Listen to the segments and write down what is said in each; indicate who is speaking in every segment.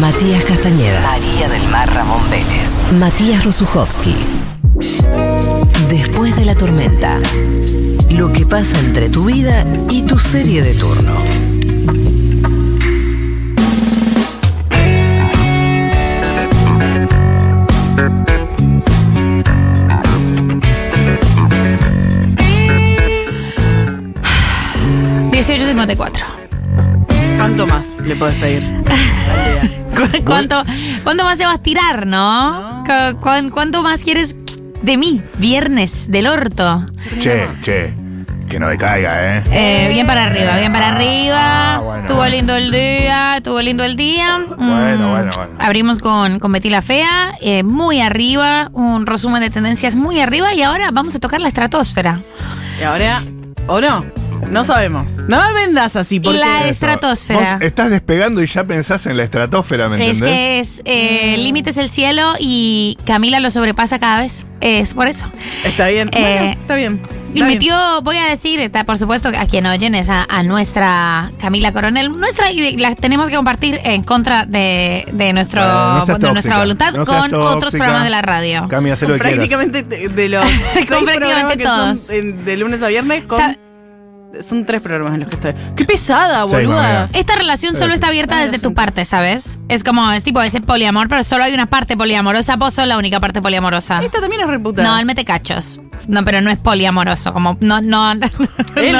Speaker 1: Matías Castañeda,
Speaker 2: María del Mar Ramón Vélez.
Speaker 1: Matías Rosuchowski. Después de la tormenta, lo que pasa entre tu vida y tu serie de turno.
Speaker 3: ¿Cuánto más le podés pedir?
Speaker 4: ¿Cu- ¿Cuánto, ¿Cuánto más se va a tirar, no? Cu- cuán- ¿Cuánto más quieres de mí? Viernes del orto.
Speaker 5: Che, che, que no decaiga, ¿eh? Ah,
Speaker 4: Eh, bien para arriba, bien para arriba.
Speaker 5: bueno.
Speaker 4: Estuvo lindo el día, estuvo lindo el día.
Speaker 5: Bueno,
Speaker 4: Mm,
Speaker 5: bueno, bueno.
Speaker 4: Abrimos con, con Betty la Fea, eh, muy arriba, un resumen de tendencias muy arriba y ahora vamos a tocar la estratosfera.
Speaker 3: ¿Y ahora? ¿O no? No sabemos. No me vendas así porque.
Speaker 4: La
Speaker 5: Eso.
Speaker 4: estratosfera.
Speaker 5: Vos estás despegando y ya pensás en la estratosfera, ¿me
Speaker 4: Es
Speaker 5: entendés?
Speaker 4: que es eh, límites el cielo y Camila lo sobrepasa cada vez. Es por eso.
Speaker 3: Está bien.
Speaker 4: Eh,
Speaker 3: Bueno, está bien.
Speaker 4: Y
Speaker 3: Está bien.
Speaker 4: metió, voy a decir, está, por supuesto, a quien oyen es a, a nuestra Camila Coronel, nuestra, y la tenemos que compartir en contra de, de nuestro,
Speaker 5: Bueno, no seas
Speaker 4: de nuestra
Speaker 5: tóxica,
Speaker 4: voluntad
Speaker 5: no seas
Speaker 4: con otros
Speaker 5: tóxica.
Speaker 4: programas de la radio.
Speaker 5: Cami, hacé lo que quieras.
Speaker 3: Prácticamente de- de los. seis
Speaker 4: prácticamente
Speaker 3: programas que son
Speaker 4: todos.
Speaker 3: en- de lunes a viernes con.
Speaker 4: Sa-
Speaker 3: Son tres programas en los que estoy. ¡Qué pesada,
Speaker 5: Sí,
Speaker 3: boluda!
Speaker 5: mamá.
Speaker 4: Esta relación solo está abierta
Speaker 3: Ay,
Speaker 4: desde
Speaker 3: Dios
Speaker 4: tu
Speaker 3: santo.
Speaker 4: parte, ¿sabes? Es como, es tipo ese poliamor, pero solo hay una parte poliamorosa, vos sos la única parte poliamorosa.
Speaker 3: Esta también es reputada.
Speaker 4: No, él mete cachos. No, pero no es poliamoroso, como, no, no, no,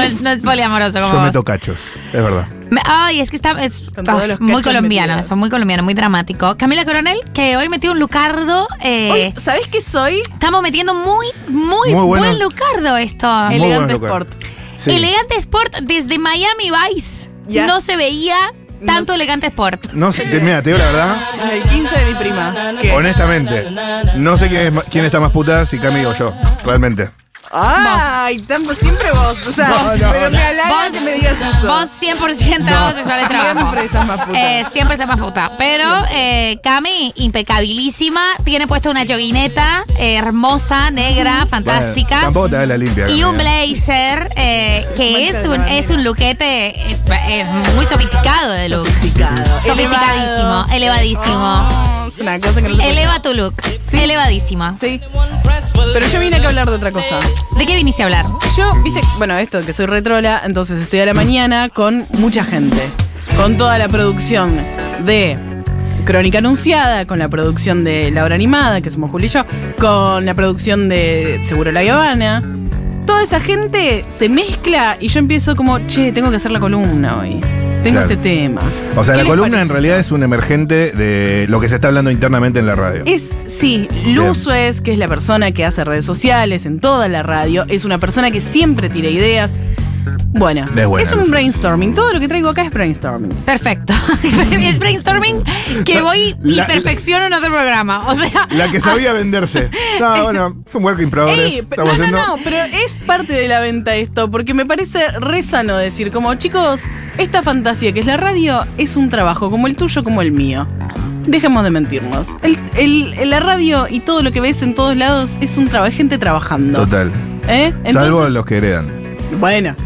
Speaker 4: es, no es poliamoroso como
Speaker 5: Yo
Speaker 4: vos.
Speaker 5: meto cachos, es verdad.
Speaker 4: Me- Ay, es que está es,
Speaker 3: Con todos
Speaker 4: ah,
Speaker 3: los
Speaker 4: muy
Speaker 3: cachos
Speaker 4: colombiano,
Speaker 3: metidos.
Speaker 4: eso, muy colombiano, muy dramático. Camila Coronel, que hoy metió un lucardo. eh,
Speaker 3: Hoy, ¿Sabés qué soy?
Speaker 4: estamos metiendo muy, muy,
Speaker 5: Muy bueno.
Speaker 4: buen lucardo esto.
Speaker 5: Muy buen
Speaker 3: Elegante
Speaker 5: lugar.
Speaker 3: Sport.
Speaker 5: Sí.
Speaker 4: Elegante Sport desde Miami Vice.
Speaker 3: Yes.
Speaker 4: No se veía tanto
Speaker 3: No se-
Speaker 4: elegante Sport.
Speaker 5: No sé, te- mira, te digo la verdad,
Speaker 3: Desde el 15 de mi prima. que-
Speaker 5: honestamente, no sé quién, es ma- quién está más putada, si Cami o yo, realmente.
Speaker 3: ¡Ay! tan- siempre vos. O sea,
Speaker 5: No, no,
Speaker 3: pero
Speaker 5: no.
Speaker 3: me halaga
Speaker 4: Vos-
Speaker 3: que me digas eso.
Speaker 4: Vos 100% trabajos sexuales trabajo.
Speaker 3: Siempre estás más puta.
Speaker 4: Eh, siempre está más puta. Pero eh, Cami, impecabilísima, tiene puesta una joguineta eh, hermosa, negra, fantástica.
Speaker 5: Bueno, tampoco te da la limpia.
Speaker 4: Y
Speaker 5: Cami,
Speaker 4: un
Speaker 5: ¿eh?
Speaker 4: blazer eh, que
Speaker 3: Mancha
Speaker 4: es
Speaker 3: de
Speaker 4: un,
Speaker 3: lavandina.
Speaker 4: es un lookete es, es muy sofisticado de look.
Speaker 3: Sofisticado.
Speaker 4: Sofisticadísimo,
Speaker 3: Elevado.
Speaker 4: elevadísimo.
Speaker 3: Oh, es una cosa que no se puede
Speaker 4: Eleva tu look, elevadísima.
Speaker 3: Sí. Pero yo vine acá a hablar de otra cosa.
Speaker 4: ¿De qué viniste a hablar?
Speaker 3: Yo, viste, bueno, esto, que soy retrola, entonces estoy a la mañana con mucha gente. Con toda la producción de Crónica Anunciada, con la producción de La Hora Animada, que somos Julio y yo, con la producción de Seguro La Habana. Toda esa gente se mezcla y yo empiezo como, che, tengo que hacer la columna hoy. Tengo
Speaker 5: Claro.
Speaker 3: este tema.
Speaker 5: O sea,
Speaker 3: ¿Qué
Speaker 5: la
Speaker 3: les
Speaker 5: columna en
Speaker 3: parece?
Speaker 5: realidad es un emergente de lo que se está hablando internamente en la radio.
Speaker 3: Es, sí, Lu Suez, que es la persona que hace redes sociales en toda la radio, es una persona que siempre tira ideas. Bueno,
Speaker 5: Es buena,
Speaker 3: es
Speaker 5: Lu
Speaker 3: un
Speaker 5: Suez.
Speaker 3: brainstorming. Todo lo que traigo acá es brainstorming.
Speaker 4: Perfecto. es brainstorming
Speaker 5: O
Speaker 4: que
Speaker 5: sea,
Speaker 4: voy y
Speaker 5: la-
Speaker 4: perfecciono en otro programa. O sea,
Speaker 5: La que sabía venderse. No, bueno, es un work in progress.
Speaker 3: Ey, pero- no,
Speaker 5: estamos
Speaker 3: no,
Speaker 5: haciendo-
Speaker 3: no, pero es parte de la venta esto, porque me parece re sano decir, como chicos, esta fantasía que es la radio es un trabajo como el tuyo, como el mío. Dejemos de mentirnos. El- el- la radio y todo lo que ves en todos lados es un trabajo, gente trabajando.
Speaker 5: Total.
Speaker 3: ¿Eh?
Speaker 5: Salvo
Speaker 3: Entonces-
Speaker 5: los que heredan.
Speaker 3: Bueno,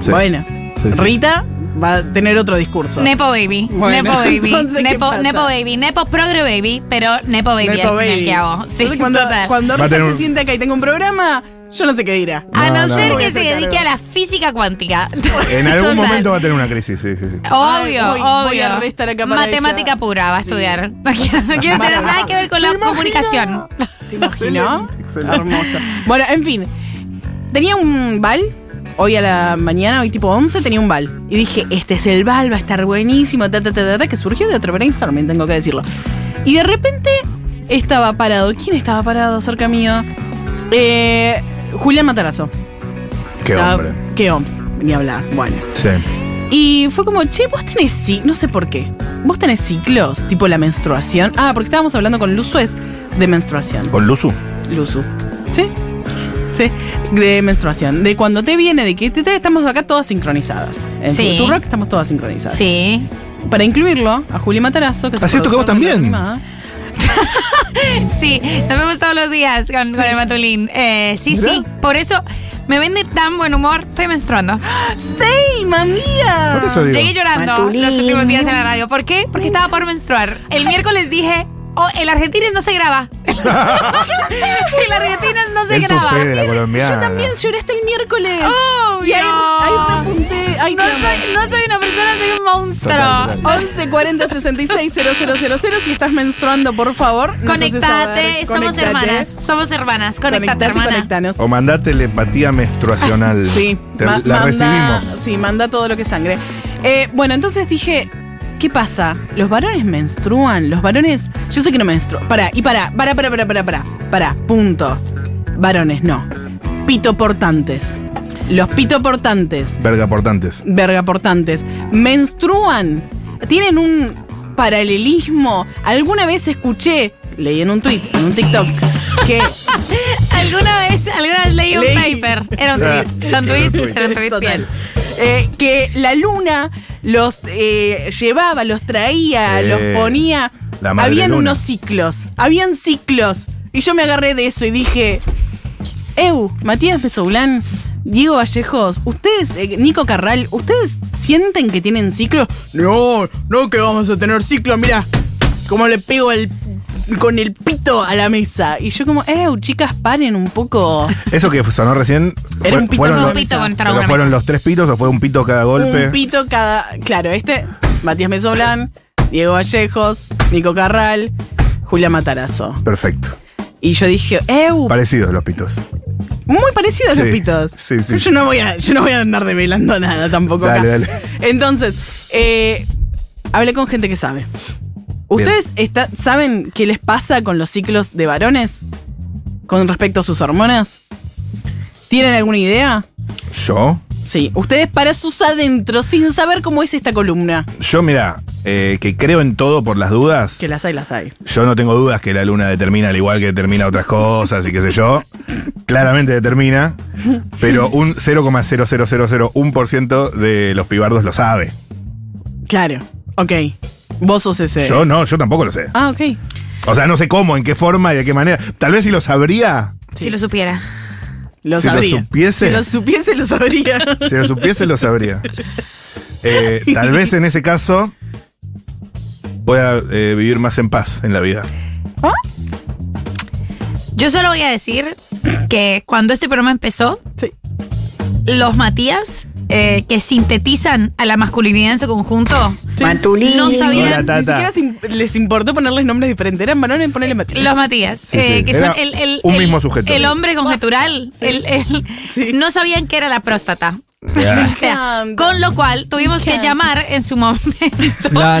Speaker 5: Sí.
Speaker 3: bueno.
Speaker 5: Sí, sí.
Speaker 3: Rita va a tener otro discurso.
Speaker 4: Nepo Baby.
Speaker 3: Bueno,
Speaker 4: Nepo Baby.
Speaker 3: entonces, ¿qué
Speaker 4: Nepo,
Speaker 3: pasa?
Speaker 4: nepo Baby. Nepo Progre Baby, pero Nepo Baby al
Speaker 3: Nepo
Speaker 4: final
Speaker 3: Baby.
Speaker 4: que hago. Sí,
Speaker 3: Entonces, cuando,
Speaker 4: total.
Speaker 3: cuando
Speaker 5: Va a
Speaker 3: Rita
Speaker 5: tener
Speaker 3: se
Speaker 5: un-
Speaker 3: siente acá y tenga un programa, yo no sé qué dirá.
Speaker 4: a
Speaker 5: No,
Speaker 4: no,
Speaker 5: no.
Speaker 4: ser
Speaker 5: Voy
Speaker 4: que
Speaker 5: a
Speaker 4: se
Speaker 3: hacer
Speaker 4: dedique a
Speaker 3: cargo.
Speaker 4: la física cuántica.
Speaker 5: En algún
Speaker 4: Total.
Speaker 5: momento va a tener una crisis, sí, sí, sí.
Speaker 4: Obvio,
Speaker 3: Ay, voy-
Speaker 4: obvio.
Speaker 3: voy a restar acá para
Speaker 4: Matemática
Speaker 3: ella.
Speaker 4: pura va a
Speaker 3: Sí.
Speaker 4: estudiar. No quiero, no quiero tener nada que ver con la comunicación.
Speaker 3: ¿Te imaginas?
Speaker 5: Excelente, excelente.
Speaker 3: Hermoso. Bueno, en fin. Tenía un bal. Hoy a la mañana, hoy tipo 11, tenía un bal. Y dije, este es el bal, va a estar buenísimo, ta, ta, ta, ta, ta, que surgió de otro brainstorming, tengo que decirlo. Y de repente estaba parado. ¿Quién estaba parado cerca mío? Eh, Julián Matarazo.
Speaker 5: Qué
Speaker 3: Estaba-
Speaker 5: hombre.
Speaker 3: Qué hombre. Ni hablar. Bueno.
Speaker 5: Sí.
Speaker 3: Y fue como, che, vos tenés ciclos, no sé por qué. Vos tenés ciclos, tipo la menstruación. Ah, porque estábamos hablando con Luzu es de menstruación.
Speaker 5: Con Luzu.
Speaker 3: Luzu. ¿Sí? Sí. De menstruación. De cuando te viene, de que te, te- estamos acá todas sincronizadas. En
Speaker 4: Sí.
Speaker 3: tu, tu rock estamos todas sincronizadas.
Speaker 4: Sí.
Speaker 3: Para incluirlo, a Juli Matarazo, que es
Speaker 5: Así
Speaker 3: el
Speaker 5: es Ah, que vos
Speaker 3: productor de
Speaker 5: también.
Speaker 3: la animada.
Speaker 4: Sí, nos vemos todos los días con, con el Matulín. Eh, sí,
Speaker 5: Mirá.
Speaker 4: sí. Por eso, Me vende tan buen humor. Estoy menstruando.
Speaker 3: ¡Sí, mamía!
Speaker 5: Por eso digo.
Speaker 4: Llegué llorando
Speaker 6: Matulín.
Speaker 4: los últimos días en la radio. ¿Por qué? Porque estaba por menstruar. El miércoles dije, oh, el Argentines no se graba. el Argentines no se
Speaker 5: Él
Speaker 4: graba.
Speaker 5: suspende la colombiana.
Speaker 3: Yo también lloré hasta el miércoles.
Speaker 4: Obvio.
Speaker 3: y ahí, ahí repunté. Ay,
Speaker 4: no,
Speaker 3: qué amor.
Speaker 4: soy, no soy una persona, soy un
Speaker 5: Total,
Speaker 4: monstruo.
Speaker 5: total.
Speaker 3: 11 40 66 000 Si estás menstruando, por favor. nos haces
Speaker 4: Conectate,
Speaker 3: saber.
Speaker 4: somos
Speaker 3: Conectate.
Speaker 4: hermanas. Somos hermanas. Conectate,
Speaker 3: y
Speaker 4: hermana.
Speaker 3: conectanos.
Speaker 5: O mandá telepatía menstruacional.
Speaker 3: Sí,
Speaker 5: Oh, Te-
Speaker 3: ma-
Speaker 5: la
Speaker 3: manda-
Speaker 5: recibimos.
Speaker 3: Sí, manda todo lo que sangre. Eh, bueno, entonces dije, ¿qué pasa? Los varones menstruan, los varones. Yo sé que no menstruan. Pará, y pará, pará, pará, pará, pará, pará, pará, punto. Varones, no. Pito portantes. Los pito portantes,
Speaker 5: Verga portantes.
Speaker 3: verga portantes, menstruan. Tienen un paralelismo. Alguna vez escuché, leí en un tweet, en un TikTok, que.
Speaker 4: Alguna vez, alguna vez leí un
Speaker 3: Leí.
Speaker 4: paper. Era un tweet. Era un tweet. Era un tweet.
Speaker 3: Total.
Speaker 4: bien.
Speaker 3: Eh, que la luna los eh, llevaba, los traía,
Speaker 5: Eh,
Speaker 3: los ponía.
Speaker 5: la madre
Speaker 3: Habían
Speaker 5: luna.
Speaker 3: unos ciclos, habían ciclos. Y yo me agarré de eso y dije, Eu, Matías Mesoulán, Diego Vallejos, ustedes, eh, Nico Carral, ¿ustedes sienten que tienen ciclo? No, no que vamos a tener ciclo, mira, como le pego el, con el pito a la mesa. Y yo como, Eu, chicas, paren un poco.
Speaker 5: Eso que sonó recién.
Speaker 3: Era
Speaker 5: fue-
Speaker 3: un pito
Speaker 5: fueron
Speaker 4: Fue un
Speaker 5: los-
Speaker 4: pito contra
Speaker 5: pero
Speaker 4: una
Speaker 5: fueron
Speaker 4: mesa.
Speaker 5: los tres pitos o fue un pito cada golpe.
Speaker 3: Un pito cada. Claro, este, Matías Mesoblán, Diego Vallejos, Nico Carral, Julia Matarazo.
Speaker 5: Perfecto.
Speaker 3: Y yo dije, ¡Ew!
Speaker 5: Parecidos los pitos.
Speaker 3: muy parecidos los
Speaker 5: Sí,
Speaker 3: pitos.
Speaker 5: sí, sí.
Speaker 3: Pero Yo, no voy a, yo no voy a andar develando nada tampoco. acá.
Speaker 5: Dale, dale.
Speaker 3: Entonces, eh, hablé con gente que sabe. ¿Ustedes está- saben qué les pasa con los ciclos de varones? Con respecto a sus hormonas. ¿Tienen alguna idea?
Speaker 5: Yo.
Speaker 3: Sí, ustedes para sus adentros, sin saber cómo es esta columna.
Speaker 5: Yo, mira, eh, que creo en todo por las dudas.
Speaker 3: Que las hay, las hay.
Speaker 5: Yo no tengo dudas que la luna determina al igual que determina otras cosas y qué sé yo. Claramente determina, pero un 0,00001% de los pibardos lo sabe.
Speaker 3: Claro, ok. Vos sos ese.
Speaker 5: Yo no, yo tampoco lo sé.
Speaker 3: Ah, ok.
Speaker 5: O sea, no sé cómo, en qué forma y de qué manera. Tal vez si lo sabría,
Speaker 4: Si lo supiera.
Speaker 3: Lo
Speaker 5: Si lo
Speaker 3: sabría.
Speaker 5: supiese.
Speaker 3: Si lo supiese, lo sabría.
Speaker 5: si lo supiese, lo sabría. Eh, tal vez en ese caso pueda eh, vivir más en paz en la vida.
Speaker 4: Yo solo voy a decir que cuando este programa empezó,
Speaker 3: Sí.
Speaker 4: los Matías eh, que sintetizan a la masculinidad en su conjunto,
Speaker 3: Sí.
Speaker 6: Matulín.
Speaker 4: No sabía.
Speaker 5: Hola,
Speaker 3: Ni
Speaker 5: Tata.
Speaker 3: siquiera se im- les importó ponerles nombres diferentes. Eran varones, ponerle Matías.
Speaker 4: los Matías,
Speaker 5: Sí,
Speaker 4: eh,
Speaker 5: sí.
Speaker 4: que
Speaker 5: Era
Speaker 4: son el, el-
Speaker 5: un
Speaker 4: el-
Speaker 5: mismo sujeto.
Speaker 4: el hombre conjetural, el- el-
Speaker 3: Sí.
Speaker 4: no sabían que era la próstata.
Speaker 5: Ya.
Speaker 4: O sea, con lo cual tuvimos que llamar en su momento.
Speaker 7: La,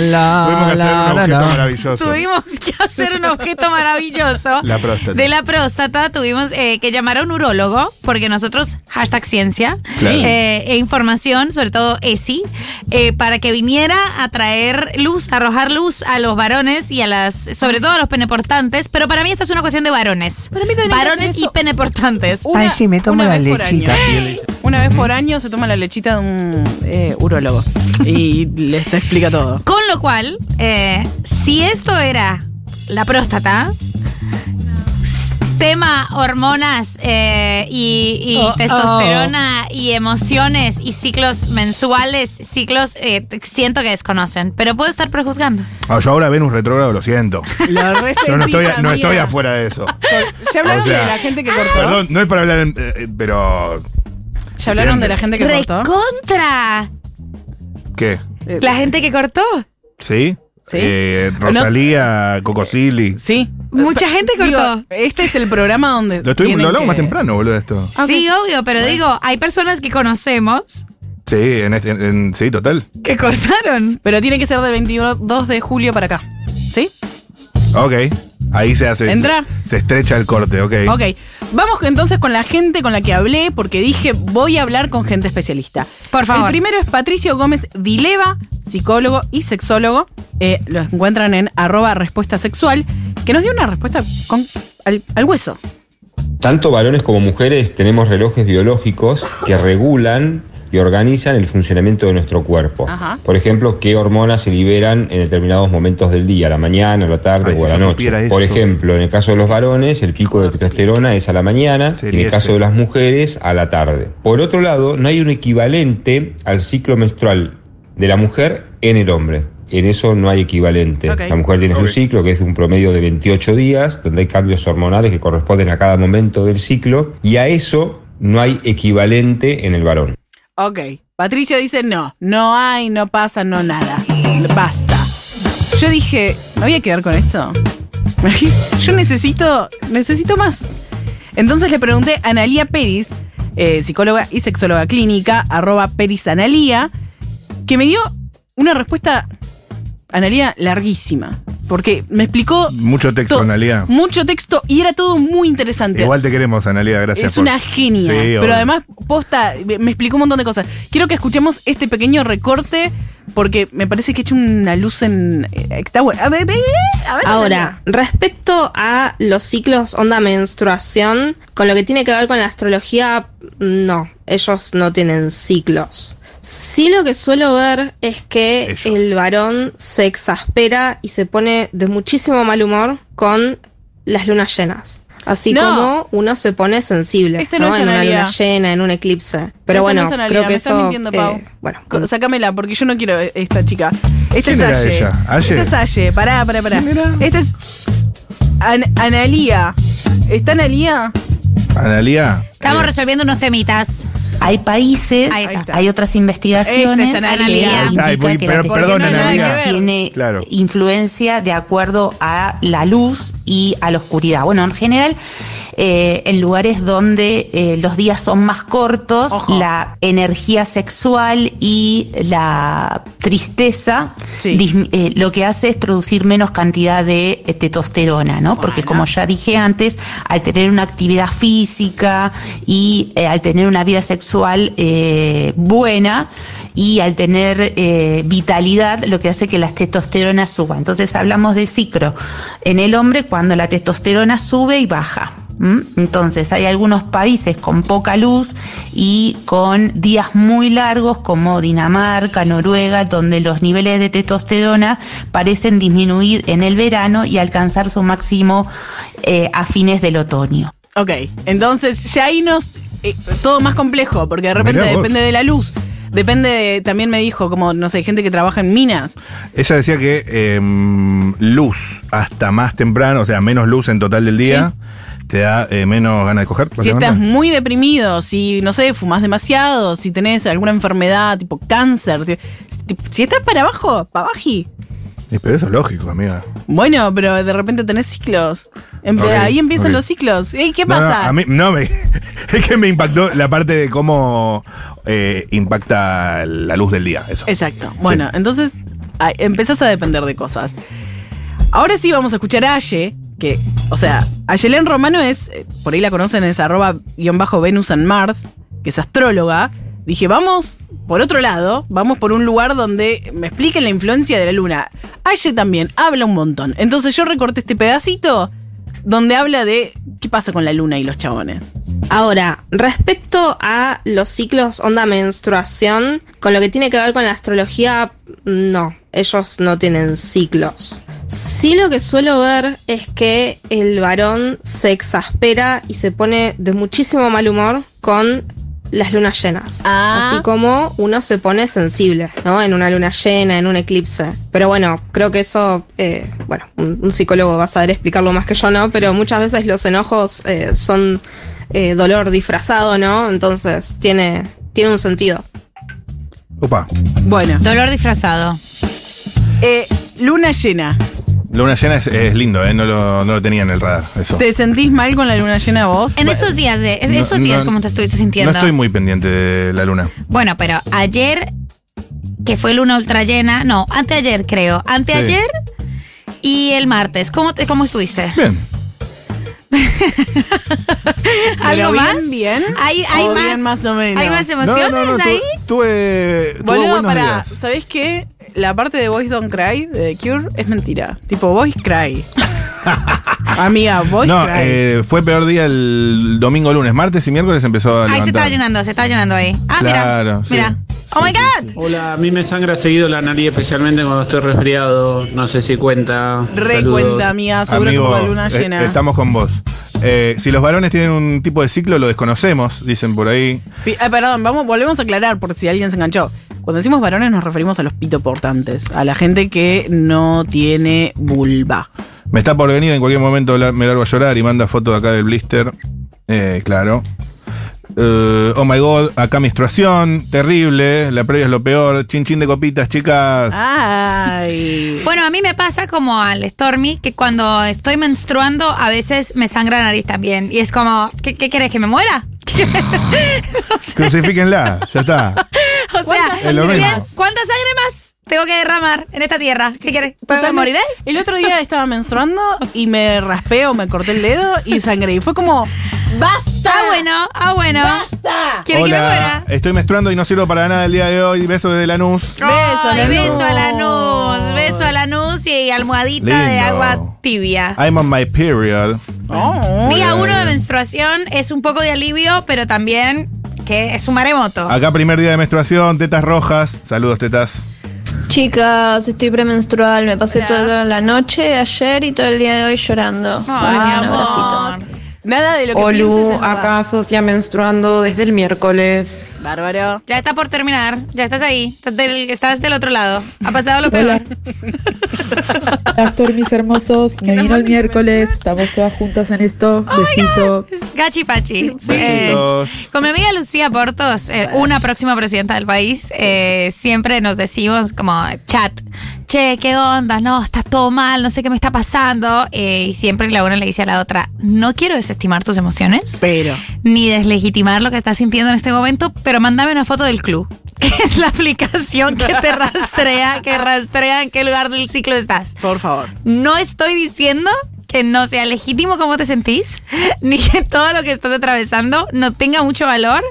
Speaker 5: Tuvimos
Speaker 7: la,
Speaker 5: que hacer un
Speaker 7: la,
Speaker 5: objeto
Speaker 7: la, la.
Speaker 5: maravilloso.
Speaker 4: Tuvimos que hacer un objeto maravilloso.
Speaker 5: La próstata.
Speaker 4: De la próstata tuvimos eh, que llamar a un urólogo, porque nosotros, hashtag ciencia,
Speaker 5: Claro.
Speaker 4: eh, e información, sobre todo ESI, eh, para que viniera a traer luz, a arrojar luz a los varones y a las, sobre todo a los peneportantes, pero para mí esta es una cuestión de varones.
Speaker 3: Para mí tendría que
Speaker 4: varones
Speaker 3: hacer eso.
Speaker 4: y peneportantes.
Speaker 3: Una-
Speaker 7: Ay, sí, me tomo
Speaker 3: una
Speaker 7: la
Speaker 3: vez por
Speaker 7: lechita.
Speaker 3: año. Una vez por año se toma la lechita de un eh, urólogo y les explica todo.
Speaker 4: Con lo cual, eh, si esto era la próstata, s- tema hormonas eh, y, y
Speaker 3: Oh,
Speaker 4: testosterona y emociones y ciclos mensuales, ciclos eh, t- siento que desconocen, pero puedo estar prejuzgando.
Speaker 5: Ah, yo ahora Venus retrógrado lo siento.
Speaker 3: Lo resentí,
Speaker 5: Yo no estoy, no
Speaker 3: amiga.
Speaker 5: estoy afuera de eso.
Speaker 3: Ya hablaron
Speaker 5: O sea,
Speaker 3: de la gente que cortó.
Speaker 5: Perdón, no es para hablar, en- eh, eh, pero
Speaker 3: ya hablaron de la gente que cortó.
Speaker 4: ¡Recontra!
Speaker 5: ¿qué?
Speaker 4: La gente que cortó.
Speaker 5: ¿Sí?
Speaker 3: Sí. Eh,
Speaker 5: Eh, Rosalía, Cocosilli.
Speaker 3: Sí.
Speaker 4: Mucha gente
Speaker 3: Digo,
Speaker 4: cortó.
Speaker 3: este es el programa donde.
Speaker 5: Lo, estuvimos,
Speaker 3: tienen
Speaker 5: lo hablamos
Speaker 3: que-
Speaker 5: más temprano, boludo, esto.
Speaker 4: Sí, obvio, pero digo, hay personas que conocemos
Speaker 5: Sí, en este, en- en- sí, total.
Speaker 4: que cortaron.
Speaker 3: Pero tiene que ser del 22 de julio para acá. ¿Sí?
Speaker 5: Ok. Ahí se hace.
Speaker 3: Entra.
Speaker 5: Se, se estrecha el corte, ok.
Speaker 3: Ok. Vamos entonces con la gente con la que hablé, porque dije voy a hablar con gente especialista.
Speaker 4: Por favor.
Speaker 3: El primero es Patricio Gómez Dileva, psicólogo y sexólogo. Eh, lo encuentran en arroba respuesta sexual, que nos dio una respuesta con, al, al hueso.
Speaker 8: Tanto varones como mujeres tenemos relojes biológicos que regulan
Speaker 6: y organizan el funcionamiento de nuestro cuerpo.
Speaker 3: Ajá.
Speaker 6: Por ejemplo, qué hormonas se liberan en determinados momentos del día, a la mañana, a la tarde
Speaker 5: Ay,
Speaker 6: o a
Speaker 5: si
Speaker 6: la
Speaker 5: yo
Speaker 6: noche.
Speaker 5: supiera eso.
Speaker 6: Por ejemplo, en el caso de los varones, el pico de testosterona es a la mañana y en
Speaker 5: Sería
Speaker 6: el caso
Speaker 5: ese.
Speaker 6: de las mujeres, a la tarde. Por otro lado, no hay un equivalente al ciclo menstrual de la mujer en el hombre. En eso no hay equivalente.
Speaker 3: Ok.
Speaker 6: La mujer tiene
Speaker 5: Ok.
Speaker 6: su ciclo, que es un promedio de 28 días, donde hay cambios hormonales que corresponden a cada momento del ciclo, y a eso no hay equivalente en el varón.
Speaker 3: Ok. Patricio dice no, no hay, no pasa, no nada. Basta. Yo dije, me voy a quedar con esto. Yo necesito, necesito más. Entonces le pregunté a Analía Peris, eh, psicóloga y sexóloga clínica, arroba Peris Analía, que me dio una respuesta, Analía, larguísima. Porque me explicó
Speaker 5: Mucho texto,
Speaker 3: to-
Speaker 5: Analia.
Speaker 3: mucho texto y era todo muy interesante.
Speaker 5: Igual te queremos, Analia, gracias.
Speaker 3: Es
Speaker 5: por-
Speaker 3: una genia.
Speaker 5: Sí,
Speaker 3: pero
Speaker 5: obvio.
Speaker 3: además, posta, me me explicó un montón de cosas. Quiero que escuchemos este pequeño recorte porque me parece que echa una luz en. eh, Está bueno. A ver, eh, a ver,
Speaker 7: Ahora, respecto a los ciclos onda menstruación, con lo que tiene que ver con la astrología, no, ellos no tienen ciclos. Sí lo que suelo ver es que
Speaker 5: Ellos.
Speaker 7: el varón se exaspera y se pone de muchísimo mal humor con las lunas llenas. Así
Speaker 3: No.
Speaker 7: como uno se pone sensible,
Speaker 3: Este no
Speaker 7: ¿no?
Speaker 3: es
Speaker 7: en una
Speaker 3: analía.
Speaker 7: luna llena, en un eclipse.
Speaker 3: Este
Speaker 7: Pero
Speaker 3: no
Speaker 7: bueno,
Speaker 3: es analía,
Speaker 7: creo que
Speaker 3: me estás
Speaker 7: eso
Speaker 3: mintiendo, Pau.
Speaker 7: eh, bueno,
Speaker 3: Co- Sácamela, porque yo no quiero eh, esta chica. Esta
Speaker 5: ¿Quién
Speaker 3: es
Speaker 5: era
Speaker 3: Aye.
Speaker 5: ella? ¿Aye?
Speaker 3: Esta es Aye. Pará, pará, pará.
Speaker 5: ¿Quién era?
Speaker 3: Esta es. An- Analía. ¿Está Analía?
Speaker 5: Analia.
Speaker 4: Estamos
Speaker 5: eh,
Speaker 4: resolviendo unos temitas.
Speaker 8: Hay países,
Speaker 4: Ahí
Speaker 3: está.
Speaker 8: hay otras investigaciones
Speaker 3: Esta es
Speaker 8: que
Speaker 4: Analía.
Speaker 8: indican
Speaker 5: Ay, voy-
Speaker 8: que
Speaker 5: pero-
Speaker 8: la testosterona
Speaker 5: perdón,
Speaker 3: Analía.
Speaker 8: tiene
Speaker 5: Claro.
Speaker 8: influencia de acuerdo a la luz y a la oscuridad. Bueno, en general, eh, en lugares donde eh, los días son más cortos,
Speaker 3: Ojo.
Speaker 8: la energía sexual y la tristeza
Speaker 3: Sí.
Speaker 8: dismi- eh, lo que hace es producir menos cantidad de eh, testosterona, ¿no? Porque como ya dije antes, al tener una actividad física y eh, al tener una vida sexual eh, buena y al tener eh, vitalidad, lo que hace que las testosteronas suban. Entonces hablamos de ciclo en el hombre cuando la testosterona sube y baja. ¿m? ¿Mm? Entonces hay algunos países con poca luz y con días muy largos como Dinamarca, Noruega, donde los niveles de testosterona parecen disminuir en el verano y alcanzar su máximo eh, a fines del otoño.
Speaker 3: Ok, entonces ya ahí nos... eh, todo más complejo, porque de repente
Speaker 5: Mirá vos.
Speaker 3: depende de la luz. Depende de- también me dijo, como, no sé, hay gente que trabaja en minas.
Speaker 5: Ella decía que em, luz hasta más temprano, o sea, menos luz en total del día, te da eh, menos ganas de coger.
Speaker 3: Si estás
Speaker 5: básicamente.
Speaker 3: muy deprimido, si, no sé, fumas demasiado, si tenés alguna enfermedad, tipo cáncer, ti- ti- si, estás para abajo, para abaji.
Speaker 5: Eh, Pero eso es lógico, amiga.
Speaker 3: Bueno, pero de repente tenés ciclos. Empe-
Speaker 5: Ok,
Speaker 3: ahí empiezan
Speaker 5: ok.
Speaker 3: los ciclos. Ey, ¿Qué
Speaker 5: No, no,
Speaker 3: pasa?
Speaker 5: a mí, no, me, es que me impactó la parte de cómo eh, impacta la luz del día. Eso.
Speaker 3: Exacto. Bueno, entonces ay, empezás a depender de cosas. Ahora sí vamos a escuchar a Aye, que, o sea, Ayelén Romano es, eh, por ahí la conocen, es arroba guión bajo Venus en Mars, que es astróloga. Dije, vamos por otro lado, vamos por un lugar donde me expliquen la influencia de la luna. Aye también habla un montón. Entonces yo recorté este pedacito donde habla de qué pasa con la luna y los chabones.
Speaker 7: Ahora, respecto a los ciclos onda menstruación, con lo que tiene que ver con la astrología, no, ellos no tienen ciclos. Sí lo que suelo ver es que el varón se exaspera y se pone de muchísimo mal humor con las lunas llenas.
Speaker 3: Ah.
Speaker 7: Así como uno se pone sensible, ¿no? En una luna llena, en un eclipse. Pero bueno, creo que eso, eh, bueno, un, un psicólogo va a saber explicarlo más que yo, ¿no? Pero muchas veces los enojos eh, son eh, dolor disfrazado, ¿no? Entonces tiene, tiene un sentido.
Speaker 5: Opa,
Speaker 3: Bueno,
Speaker 4: Dolor disfrazado.
Speaker 3: eh, luna llena.
Speaker 5: luna llena es, es lindo, ¿eh? No lo, no lo tenía en el radar. Eso.
Speaker 3: ¿Te sentís mal con la luna llena vos?
Speaker 4: En esos días, de, en
Speaker 5: No,
Speaker 4: esos días,
Speaker 5: no,
Speaker 4: ¿cómo te estuviste sintiendo?
Speaker 5: No estoy muy pendiente de la luna.
Speaker 4: Bueno, pero ayer, que fue luna ultra llena, no, anteayer creo, anteayer y el martes, ¿cómo, te, cómo estuviste?
Speaker 5: Bien.
Speaker 4: ¿Algo
Speaker 3: bien,
Speaker 4: más?
Speaker 3: bien?
Speaker 4: ¿Hay, hay
Speaker 3: ¿O
Speaker 4: más,
Speaker 3: bien más o menos?
Speaker 4: ¿Hay más
Speaker 5: No, no,
Speaker 4: emociones
Speaker 5: no, tu-
Speaker 4: ahí?
Speaker 5: Tuve, tuve
Speaker 3: Boludo,
Speaker 5: buenos
Speaker 3: pará,
Speaker 5: días.
Speaker 3: ¿sabés qué? La parte de Boys Don't Cry de The Cure es mentira. Tipo, Boys Cry. Amiga, vos.
Speaker 5: No,
Speaker 3: traes.
Speaker 5: eh, fue peor día el domingo, lunes, martes y miércoles empezó
Speaker 4: Ahí
Speaker 5: a
Speaker 4: se
Speaker 5: levantar.
Speaker 4: estaba llenando, se estaba llenando ahí. Ah,
Speaker 5: Claro,
Speaker 4: mira.
Speaker 5: sí.
Speaker 4: Mira. Oh my god.
Speaker 9: Hola, a mí me sangra seguido la nariz, especialmente cuando estoy resfriado. No sé si cuenta.
Speaker 3: Re
Speaker 9: Saludos.
Speaker 3: cuenta, amiga. Seguro que
Speaker 5: Amigo,
Speaker 3: fue la luna
Speaker 5: eh,
Speaker 3: llena.
Speaker 5: estamos con vos. Eh, si los varones tienen un tipo de ciclo, lo desconocemos, dicen por ahí.
Speaker 3: Pi- ah, perdón, vamos, volvemos a aclarar por si alguien se enganchó. Cuando decimos varones nos referimos a los pitoportantes, a la gente que no tiene vulva.
Speaker 5: Me está por venir, en cualquier momento la- me largo a llorar y manda foto de acá del blister. Eh, claro. Eh, oh my god, acá menstruación, terrible, la previa es lo peor, chin chin de copitas, chicas.
Speaker 4: Ah.
Speaker 3: Ay.
Speaker 4: Bueno, a mí me pasa como al Stormy que cuando estoy menstruando a veces me sangra la nariz también. Y es como, ¿qué, qué querés que me muera?
Speaker 5: Crucifíquenla, ya está.
Speaker 4: O sea,
Speaker 5: Es lo
Speaker 4: ¿qué-
Speaker 5: mismo.
Speaker 4: ¿cuánta sangre más tengo que derramar en esta tierra? ¿Qué querés? ¿Me
Speaker 3: Totalmente.
Speaker 4: moriré?
Speaker 3: El otro día estaba menstruando y me raspé o me corté el dedo y sangré. Y fue como, ¡basta!
Speaker 4: Ah, bueno, ah, bueno.
Speaker 3: ¡Basta!
Speaker 4: ¿Quieres que me
Speaker 5: Hola, Eh,
Speaker 4: muera?
Speaker 5: estoy menstruando y no sirvo para nada el día de hoy. Besos desde Lanús.
Speaker 3: Beso a la
Speaker 4: Ay, beso a la
Speaker 3: luz.
Speaker 4: luz, beso a la luz y almohadita de
Speaker 5: Lindo.
Speaker 4: agua tibia.
Speaker 5: I'm on my period.
Speaker 3: Oh.
Speaker 4: Día uno de menstruación es un poco de alivio, pero también que es un maremoto.
Speaker 5: Acá primer día de menstruación, tetas rojas. Saludos, tetas.
Speaker 10: Chicas, estoy premenstrual, me pasé toda la noche de ayer y todo el día de hoy llorando.
Speaker 4: Ay, mi
Speaker 10: Bueno,
Speaker 4: amor.
Speaker 3: Nada de lo que pienses
Speaker 11: Olu,
Speaker 3: es verdad.
Speaker 11: acá Socia menstruando desde el miércoles.
Speaker 3: Bárbaro.
Speaker 4: Ya está por terminar, ya estás ahí, estás del, estás del otro lado. Ha pasado lo peor.
Speaker 11: Actor, mis hermosos, me vino el miércoles, estamos todas juntas en esto. Besito.
Speaker 4: Es Gachi Pachi. Eh,
Speaker 5: Besitos.
Speaker 4: con mi amiga Lucía Portos, eh, una próxima presidenta del país, eh, siempre nos decimos como chat, che, ¿qué onda? No, está todo mal, no sé qué me está pasando. Eh, y siempre la una le dice a la otra, no quiero desestimar tus emociones.
Speaker 3: Pero.
Speaker 4: ni deslegitimar lo que estás sintiendo en este momento, pero mándame una foto del club, que es la aplicación que te rastrea, que rastrea en qué lugar del ciclo estás.
Speaker 3: Por favor.
Speaker 4: No estoy diciendo que no sea legítimo cómo te sentís, ni que todo lo que estás atravesando no tenga mucho valor,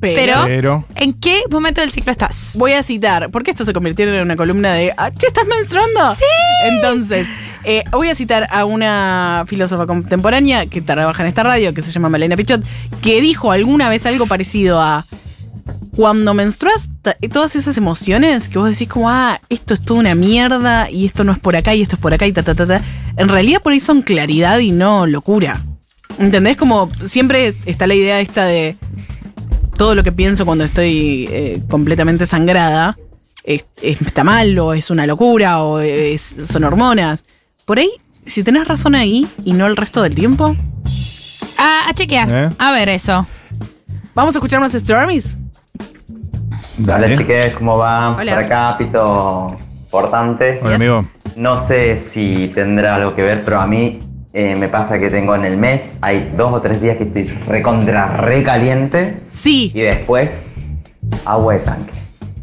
Speaker 4: pero,
Speaker 5: Pero.
Speaker 4: ¿en qué momento del ciclo estás?
Speaker 3: Voy a citar, porque esto se convirtió en una columna de, ah, che, ¿estás menstruando? Sí. Entonces, eh, voy a citar a una filósofa contemporánea que trabaja en esta radio, que se llama Malena Pichot, que dijo alguna vez algo parecido a, cuando menstruas, ta- todas esas emociones que vos decís como, ah, esto es toda una mierda, y esto no es por acá, y esto es por acá, y ta, ta, ta, ta, en realidad por ahí son claridad y no locura. ¿Entendés? Como siempre está la idea esta de todo lo que pienso cuando estoy eh, completamente sangrada es- es- está mal o es una locura o es- son hormonas. Por ahí, si tenés razón ahí y no el resto del tiempo,
Speaker 4: Ah, a chequear.
Speaker 5: ¿Eh?
Speaker 4: A ver eso.
Speaker 3: vamos a escuchar más Stormies.
Speaker 5: Dale.
Speaker 12: Hola chiques, ¿cómo va?
Speaker 3: Hola.
Speaker 12: Por acá, Pito Portante.
Speaker 5: Hola, amigo.
Speaker 12: No sé si tendrá algo que ver, pero a mí eh, me pasa que tengo en el mes, hay dos o tres días que estoy recontra re caliente Ah, y
Speaker 3: Sí,
Speaker 12: después agua de tanque.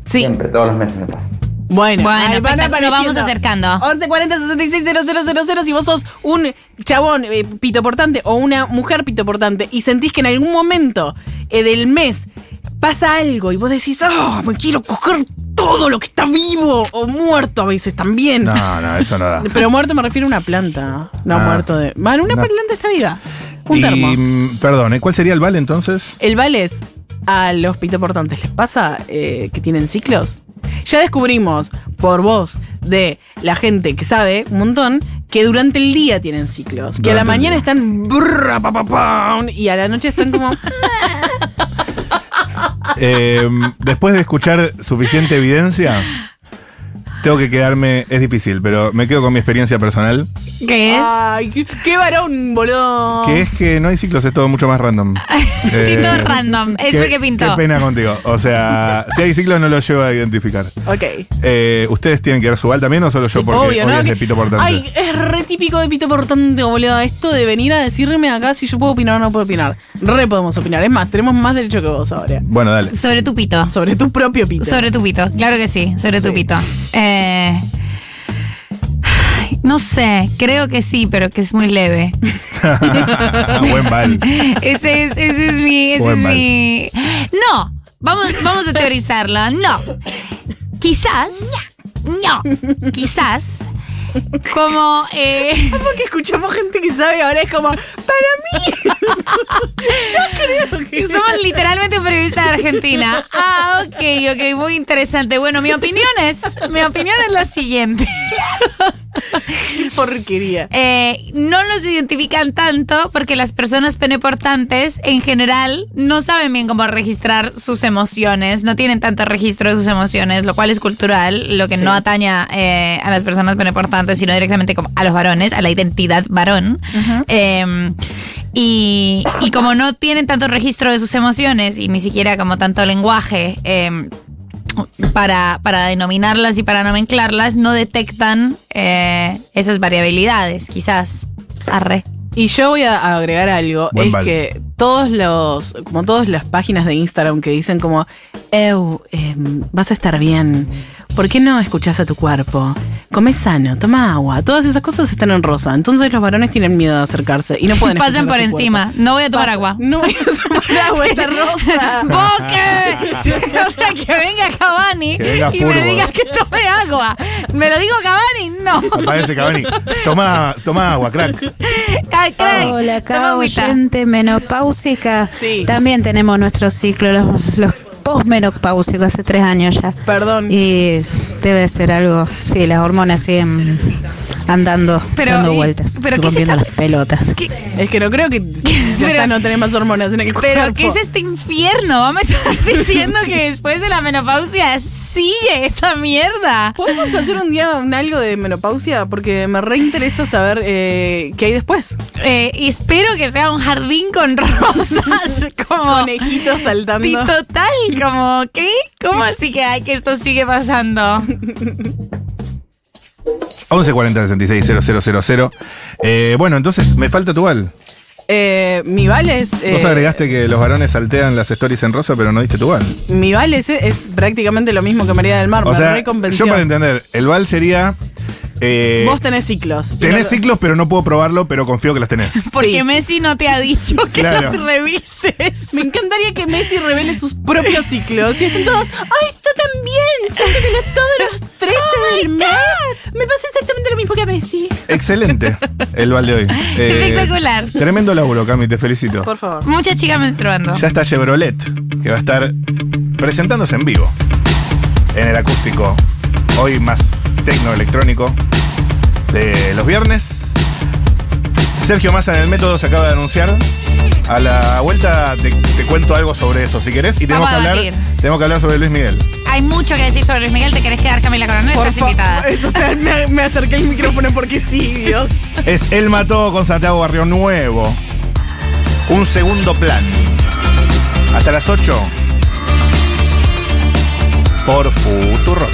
Speaker 3: sí.
Speaker 12: Siempre, todos los meses me pasa.
Speaker 3: Bueno,
Speaker 4: Bueno,
Speaker 3: van
Speaker 4: espectac- nos vamos
Speaker 3: apareciendo.
Speaker 4: acercando.
Speaker 3: 1140 66 000 si vos sos un chabón eh, pitoportante o una mujer pitoportante y sentís que en algún momento eh, del mes pasa algo y vos decís, oh, me quiero coger todo lo que está vivo o muerto a veces también.
Speaker 5: No, no, eso no da.
Speaker 3: Pero muerto me refiero a una planta, no
Speaker 5: Ah.
Speaker 3: muerto de... Bueno, una
Speaker 5: No.
Speaker 3: planta está viva. Un termo.
Speaker 5: Y, mm, perdón, ¿eh? ¿cuál sería el vale entonces?
Speaker 3: El vales a los pitoportantes les pasa eh, que tienen ciclos. Ya descubrimos por voz de la gente que sabe un montón que durante el día tienen ciclos. Que a la
Speaker 5: Durante
Speaker 3: mañana
Speaker 5: el día.
Speaker 3: están brrra, pa, pa, pam, y a la noche están como.
Speaker 5: Eh, después de escuchar suficiente evidencia, tengo que quedarme. Es difícil, pero me quedo con mi experiencia personal,
Speaker 4: ¿Qué es?
Speaker 3: Ay, qué, qué varón, boludo.
Speaker 5: que es que no hay ciclos, es todo mucho más random. Eh,
Speaker 4: Tito random, es
Speaker 5: qué-
Speaker 4: porque pintó.
Speaker 5: Qué pena contigo. O sea, si hay ciclos, no los llevo a identificar.
Speaker 3: Ok.
Speaker 5: Eh, ¿Ustedes tienen que dar su val también o solo yo? Porque
Speaker 3: Obvio,
Speaker 5: hoy
Speaker 3: ¿no?
Speaker 5: es de
Speaker 3: Que-
Speaker 5: pito portante.
Speaker 3: Ay, es re típico de pito portante, boludo. Esto de venir a decirme acá si yo puedo opinar o no puedo opinar. Re podemos opinar. Es más, tenemos más derecho que vos ahora.
Speaker 5: Bueno, dale.
Speaker 4: Sobre tu pito.
Speaker 3: Sobre tu propio pito.
Speaker 4: Sobre tu pito, claro que sí, sobre tu
Speaker 3: Sí.
Speaker 4: pito. Eh, no sé, creo que sí, pero que es muy leve.
Speaker 5: Buen val.
Speaker 4: Ese es, ese es mi, ese
Speaker 5: Buen
Speaker 4: es
Speaker 5: mal.
Speaker 4: mi. No, vamos, vamos a teorizarla. No. Quizás. No. Quizás Como. Eh...
Speaker 3: Porque escuchamos gente que sabe ahora es como. Para mí. Yo creo que.
Speaker 4: Somos literalmente periodistas de Argentina. Ah, ok, ok, muy interesante. Bueno, mi opinión es, mi opinión es la siguiente.
Speaker 3: Qué porquería.
Speaker 4: Eh, no los identifican tanto porque las personas peneportantes en general no saben bien cómo registrar sus emociones, no tienen tanto registro de sus emociones, lo cual es cultural, lo que no ataña eh, a las personas peneportantes, sino directamente como a los varones, a la identidad varón.
Speaker 3: Ujú.
Speaker 4: Eh, y, y como no tienen tanto registro de sus emociones y ni siquiera como tanto lenguaje eh, para, para denominarlas y para nomenclarlas, no detectan eh, esas variabilidades, quizás. Arre.
Speaker 3: Y yo voy a agregar algo,
Speaker 5: Buen
Speaker 3: es
Speaker 5: Val.
Speaker 3: que todos los, como todas las páginas de Instagram que dicen como, Ew, em, vas a estar bien, ¿por qué no escuchás a tu cuerpo? Come sano, toma agua, todas esas cosas están en rosa, entonces los varones tienen miedo de acercarse y no pueden
Speaker 4: Pasen
Speaker 3: escuchar a
Speaker 4: por
Speaker 3: su cuerpo.
Speaker 4: encima. No voy a tomar
Speaker 3: Pas-
Speaker 4: agua.
Speaker 3: No voy a tomar agua, está rosa.
Speaker 4: ¡Poker! o sea, que venga Cavani
Speaker 5: Que venga
Speaker 4: y
Speaker 5: Furbo.
Speaker 4: me diga que tome agua. ¿Me lo digo Cavani? No.
Speaker 5: Aparece Cavani. Tomá, tomá agua, crack.
Speaker 4: Ay, crack.
Speaker 13: Hola,
Speaker 4: Ah, Toma
Speaker 13: acá
Speaker 4: agüita.
Speaker 13: oyente menopáusica.
Speaker 3: Sí.
Speaker 13: También tenemos nuestro ciclo, los, los postmenopáusicos, hace tres años ya.
Speaker 3: Perdón.
Speaker 13: Y debe ser algo, sí, las hormonas siguen andando,
Speaker 4: Pero-
Speaker 13: dando
Speaker 4: Sí.
Speaker 13: vueltas,
Speaker 4: Pero ¿qué se
Speaker 13: rompiendo
Speaker 4: está-
Speaker 13: las pelotas.
Speaker 3: Es que no creo que ya está, no tenés más hormonas en el cuerpo.
Speaker 4: Pero ¿qué es este infierno? Me estás diciendo que después de la menopausia sigue esta mierda.
Speaker 3: ¿Podemos hacer un día un algo de menopausia? Porque me reinteresa saber eh, qué hay después.
Speaker 4: Eh, y espero que sea un jardín con rosas, como
Speaker 3: Conejitos saltando.
Speaker 4: y total, como ¿qué? ¿Cómo así que ay, que esto sigue pasando?
Speaker 5: 1140 66 000. Eh, bueno, entonces me falta tu val.
Speaker 3: Eh, mi val es. eh,
Speaker 5: Vos agregaste que los varones saltean las stories en rosa, pero no diste tu val.
Speaker 3: mi val es, es prácticamente lo mismo que María del Mar.
Speaker 5: O
Speaker 3: me
Speaker 5: sea,
Speaker 3: reconvenció.
Speaker 5: yo para entender, el val sería. eh,
Speaker 3: Vos tenés ciclos. Y
Speaker 5: tenés
Speaker 3: no-
Speaker 5: ciclos, pero no puedo probarlo, pero confío que las tenés.
Speaker 4: Porque
Speaker 3: Sí.
Speaker 4: Messi no te ha dicho que
Speaker 5: Claro.
Speaker 4: los revises.
Speaker 3: Me encantaría que Messi revele sus propios ciclos. Y estén todos, ¡ay, esto también! Siento que lo- todos los 13 del mes me pasa exactamente lo mismo que a Messi.
Speaker 5: Excelente el val de hoy. Eh,
Speaker 4: Espectacular.
Speaker 5: Tremendo laburo, Cami, te felicito.
Speaker 3: Por favor.
Speaker 4: Mucha chica menstruando.
Speaker 5: Ya está Chevrolet, que va a estar presentándose en vivo en el acústico, hoy más tecno-electrónico de los viernes. Sergio Massa en el método se acaba de anunciar. A la vuelta te, te cuento algo sobre eso si querés. Y tenemos
Speaker 4: Vamos
Speaker 5: que,
Speaker 4: a
Speaker 5: hablar,
Speaker 4: debatir.
Speaker 5: tenemos que hablar sobre Luis Miguel.
Speaker 4: Hay mucho que decir sobre Luis Miguel. ¿Te querés quedar Camila Coronel? Estás invitada.
Speaker 3: O sea, me, me acerqué al micrófono porque sí, Dios.
Speaker 5: Es El Mató con Santiago Barrio Nuevo. Un segundo plan. Hasta las 8. Por Futuro.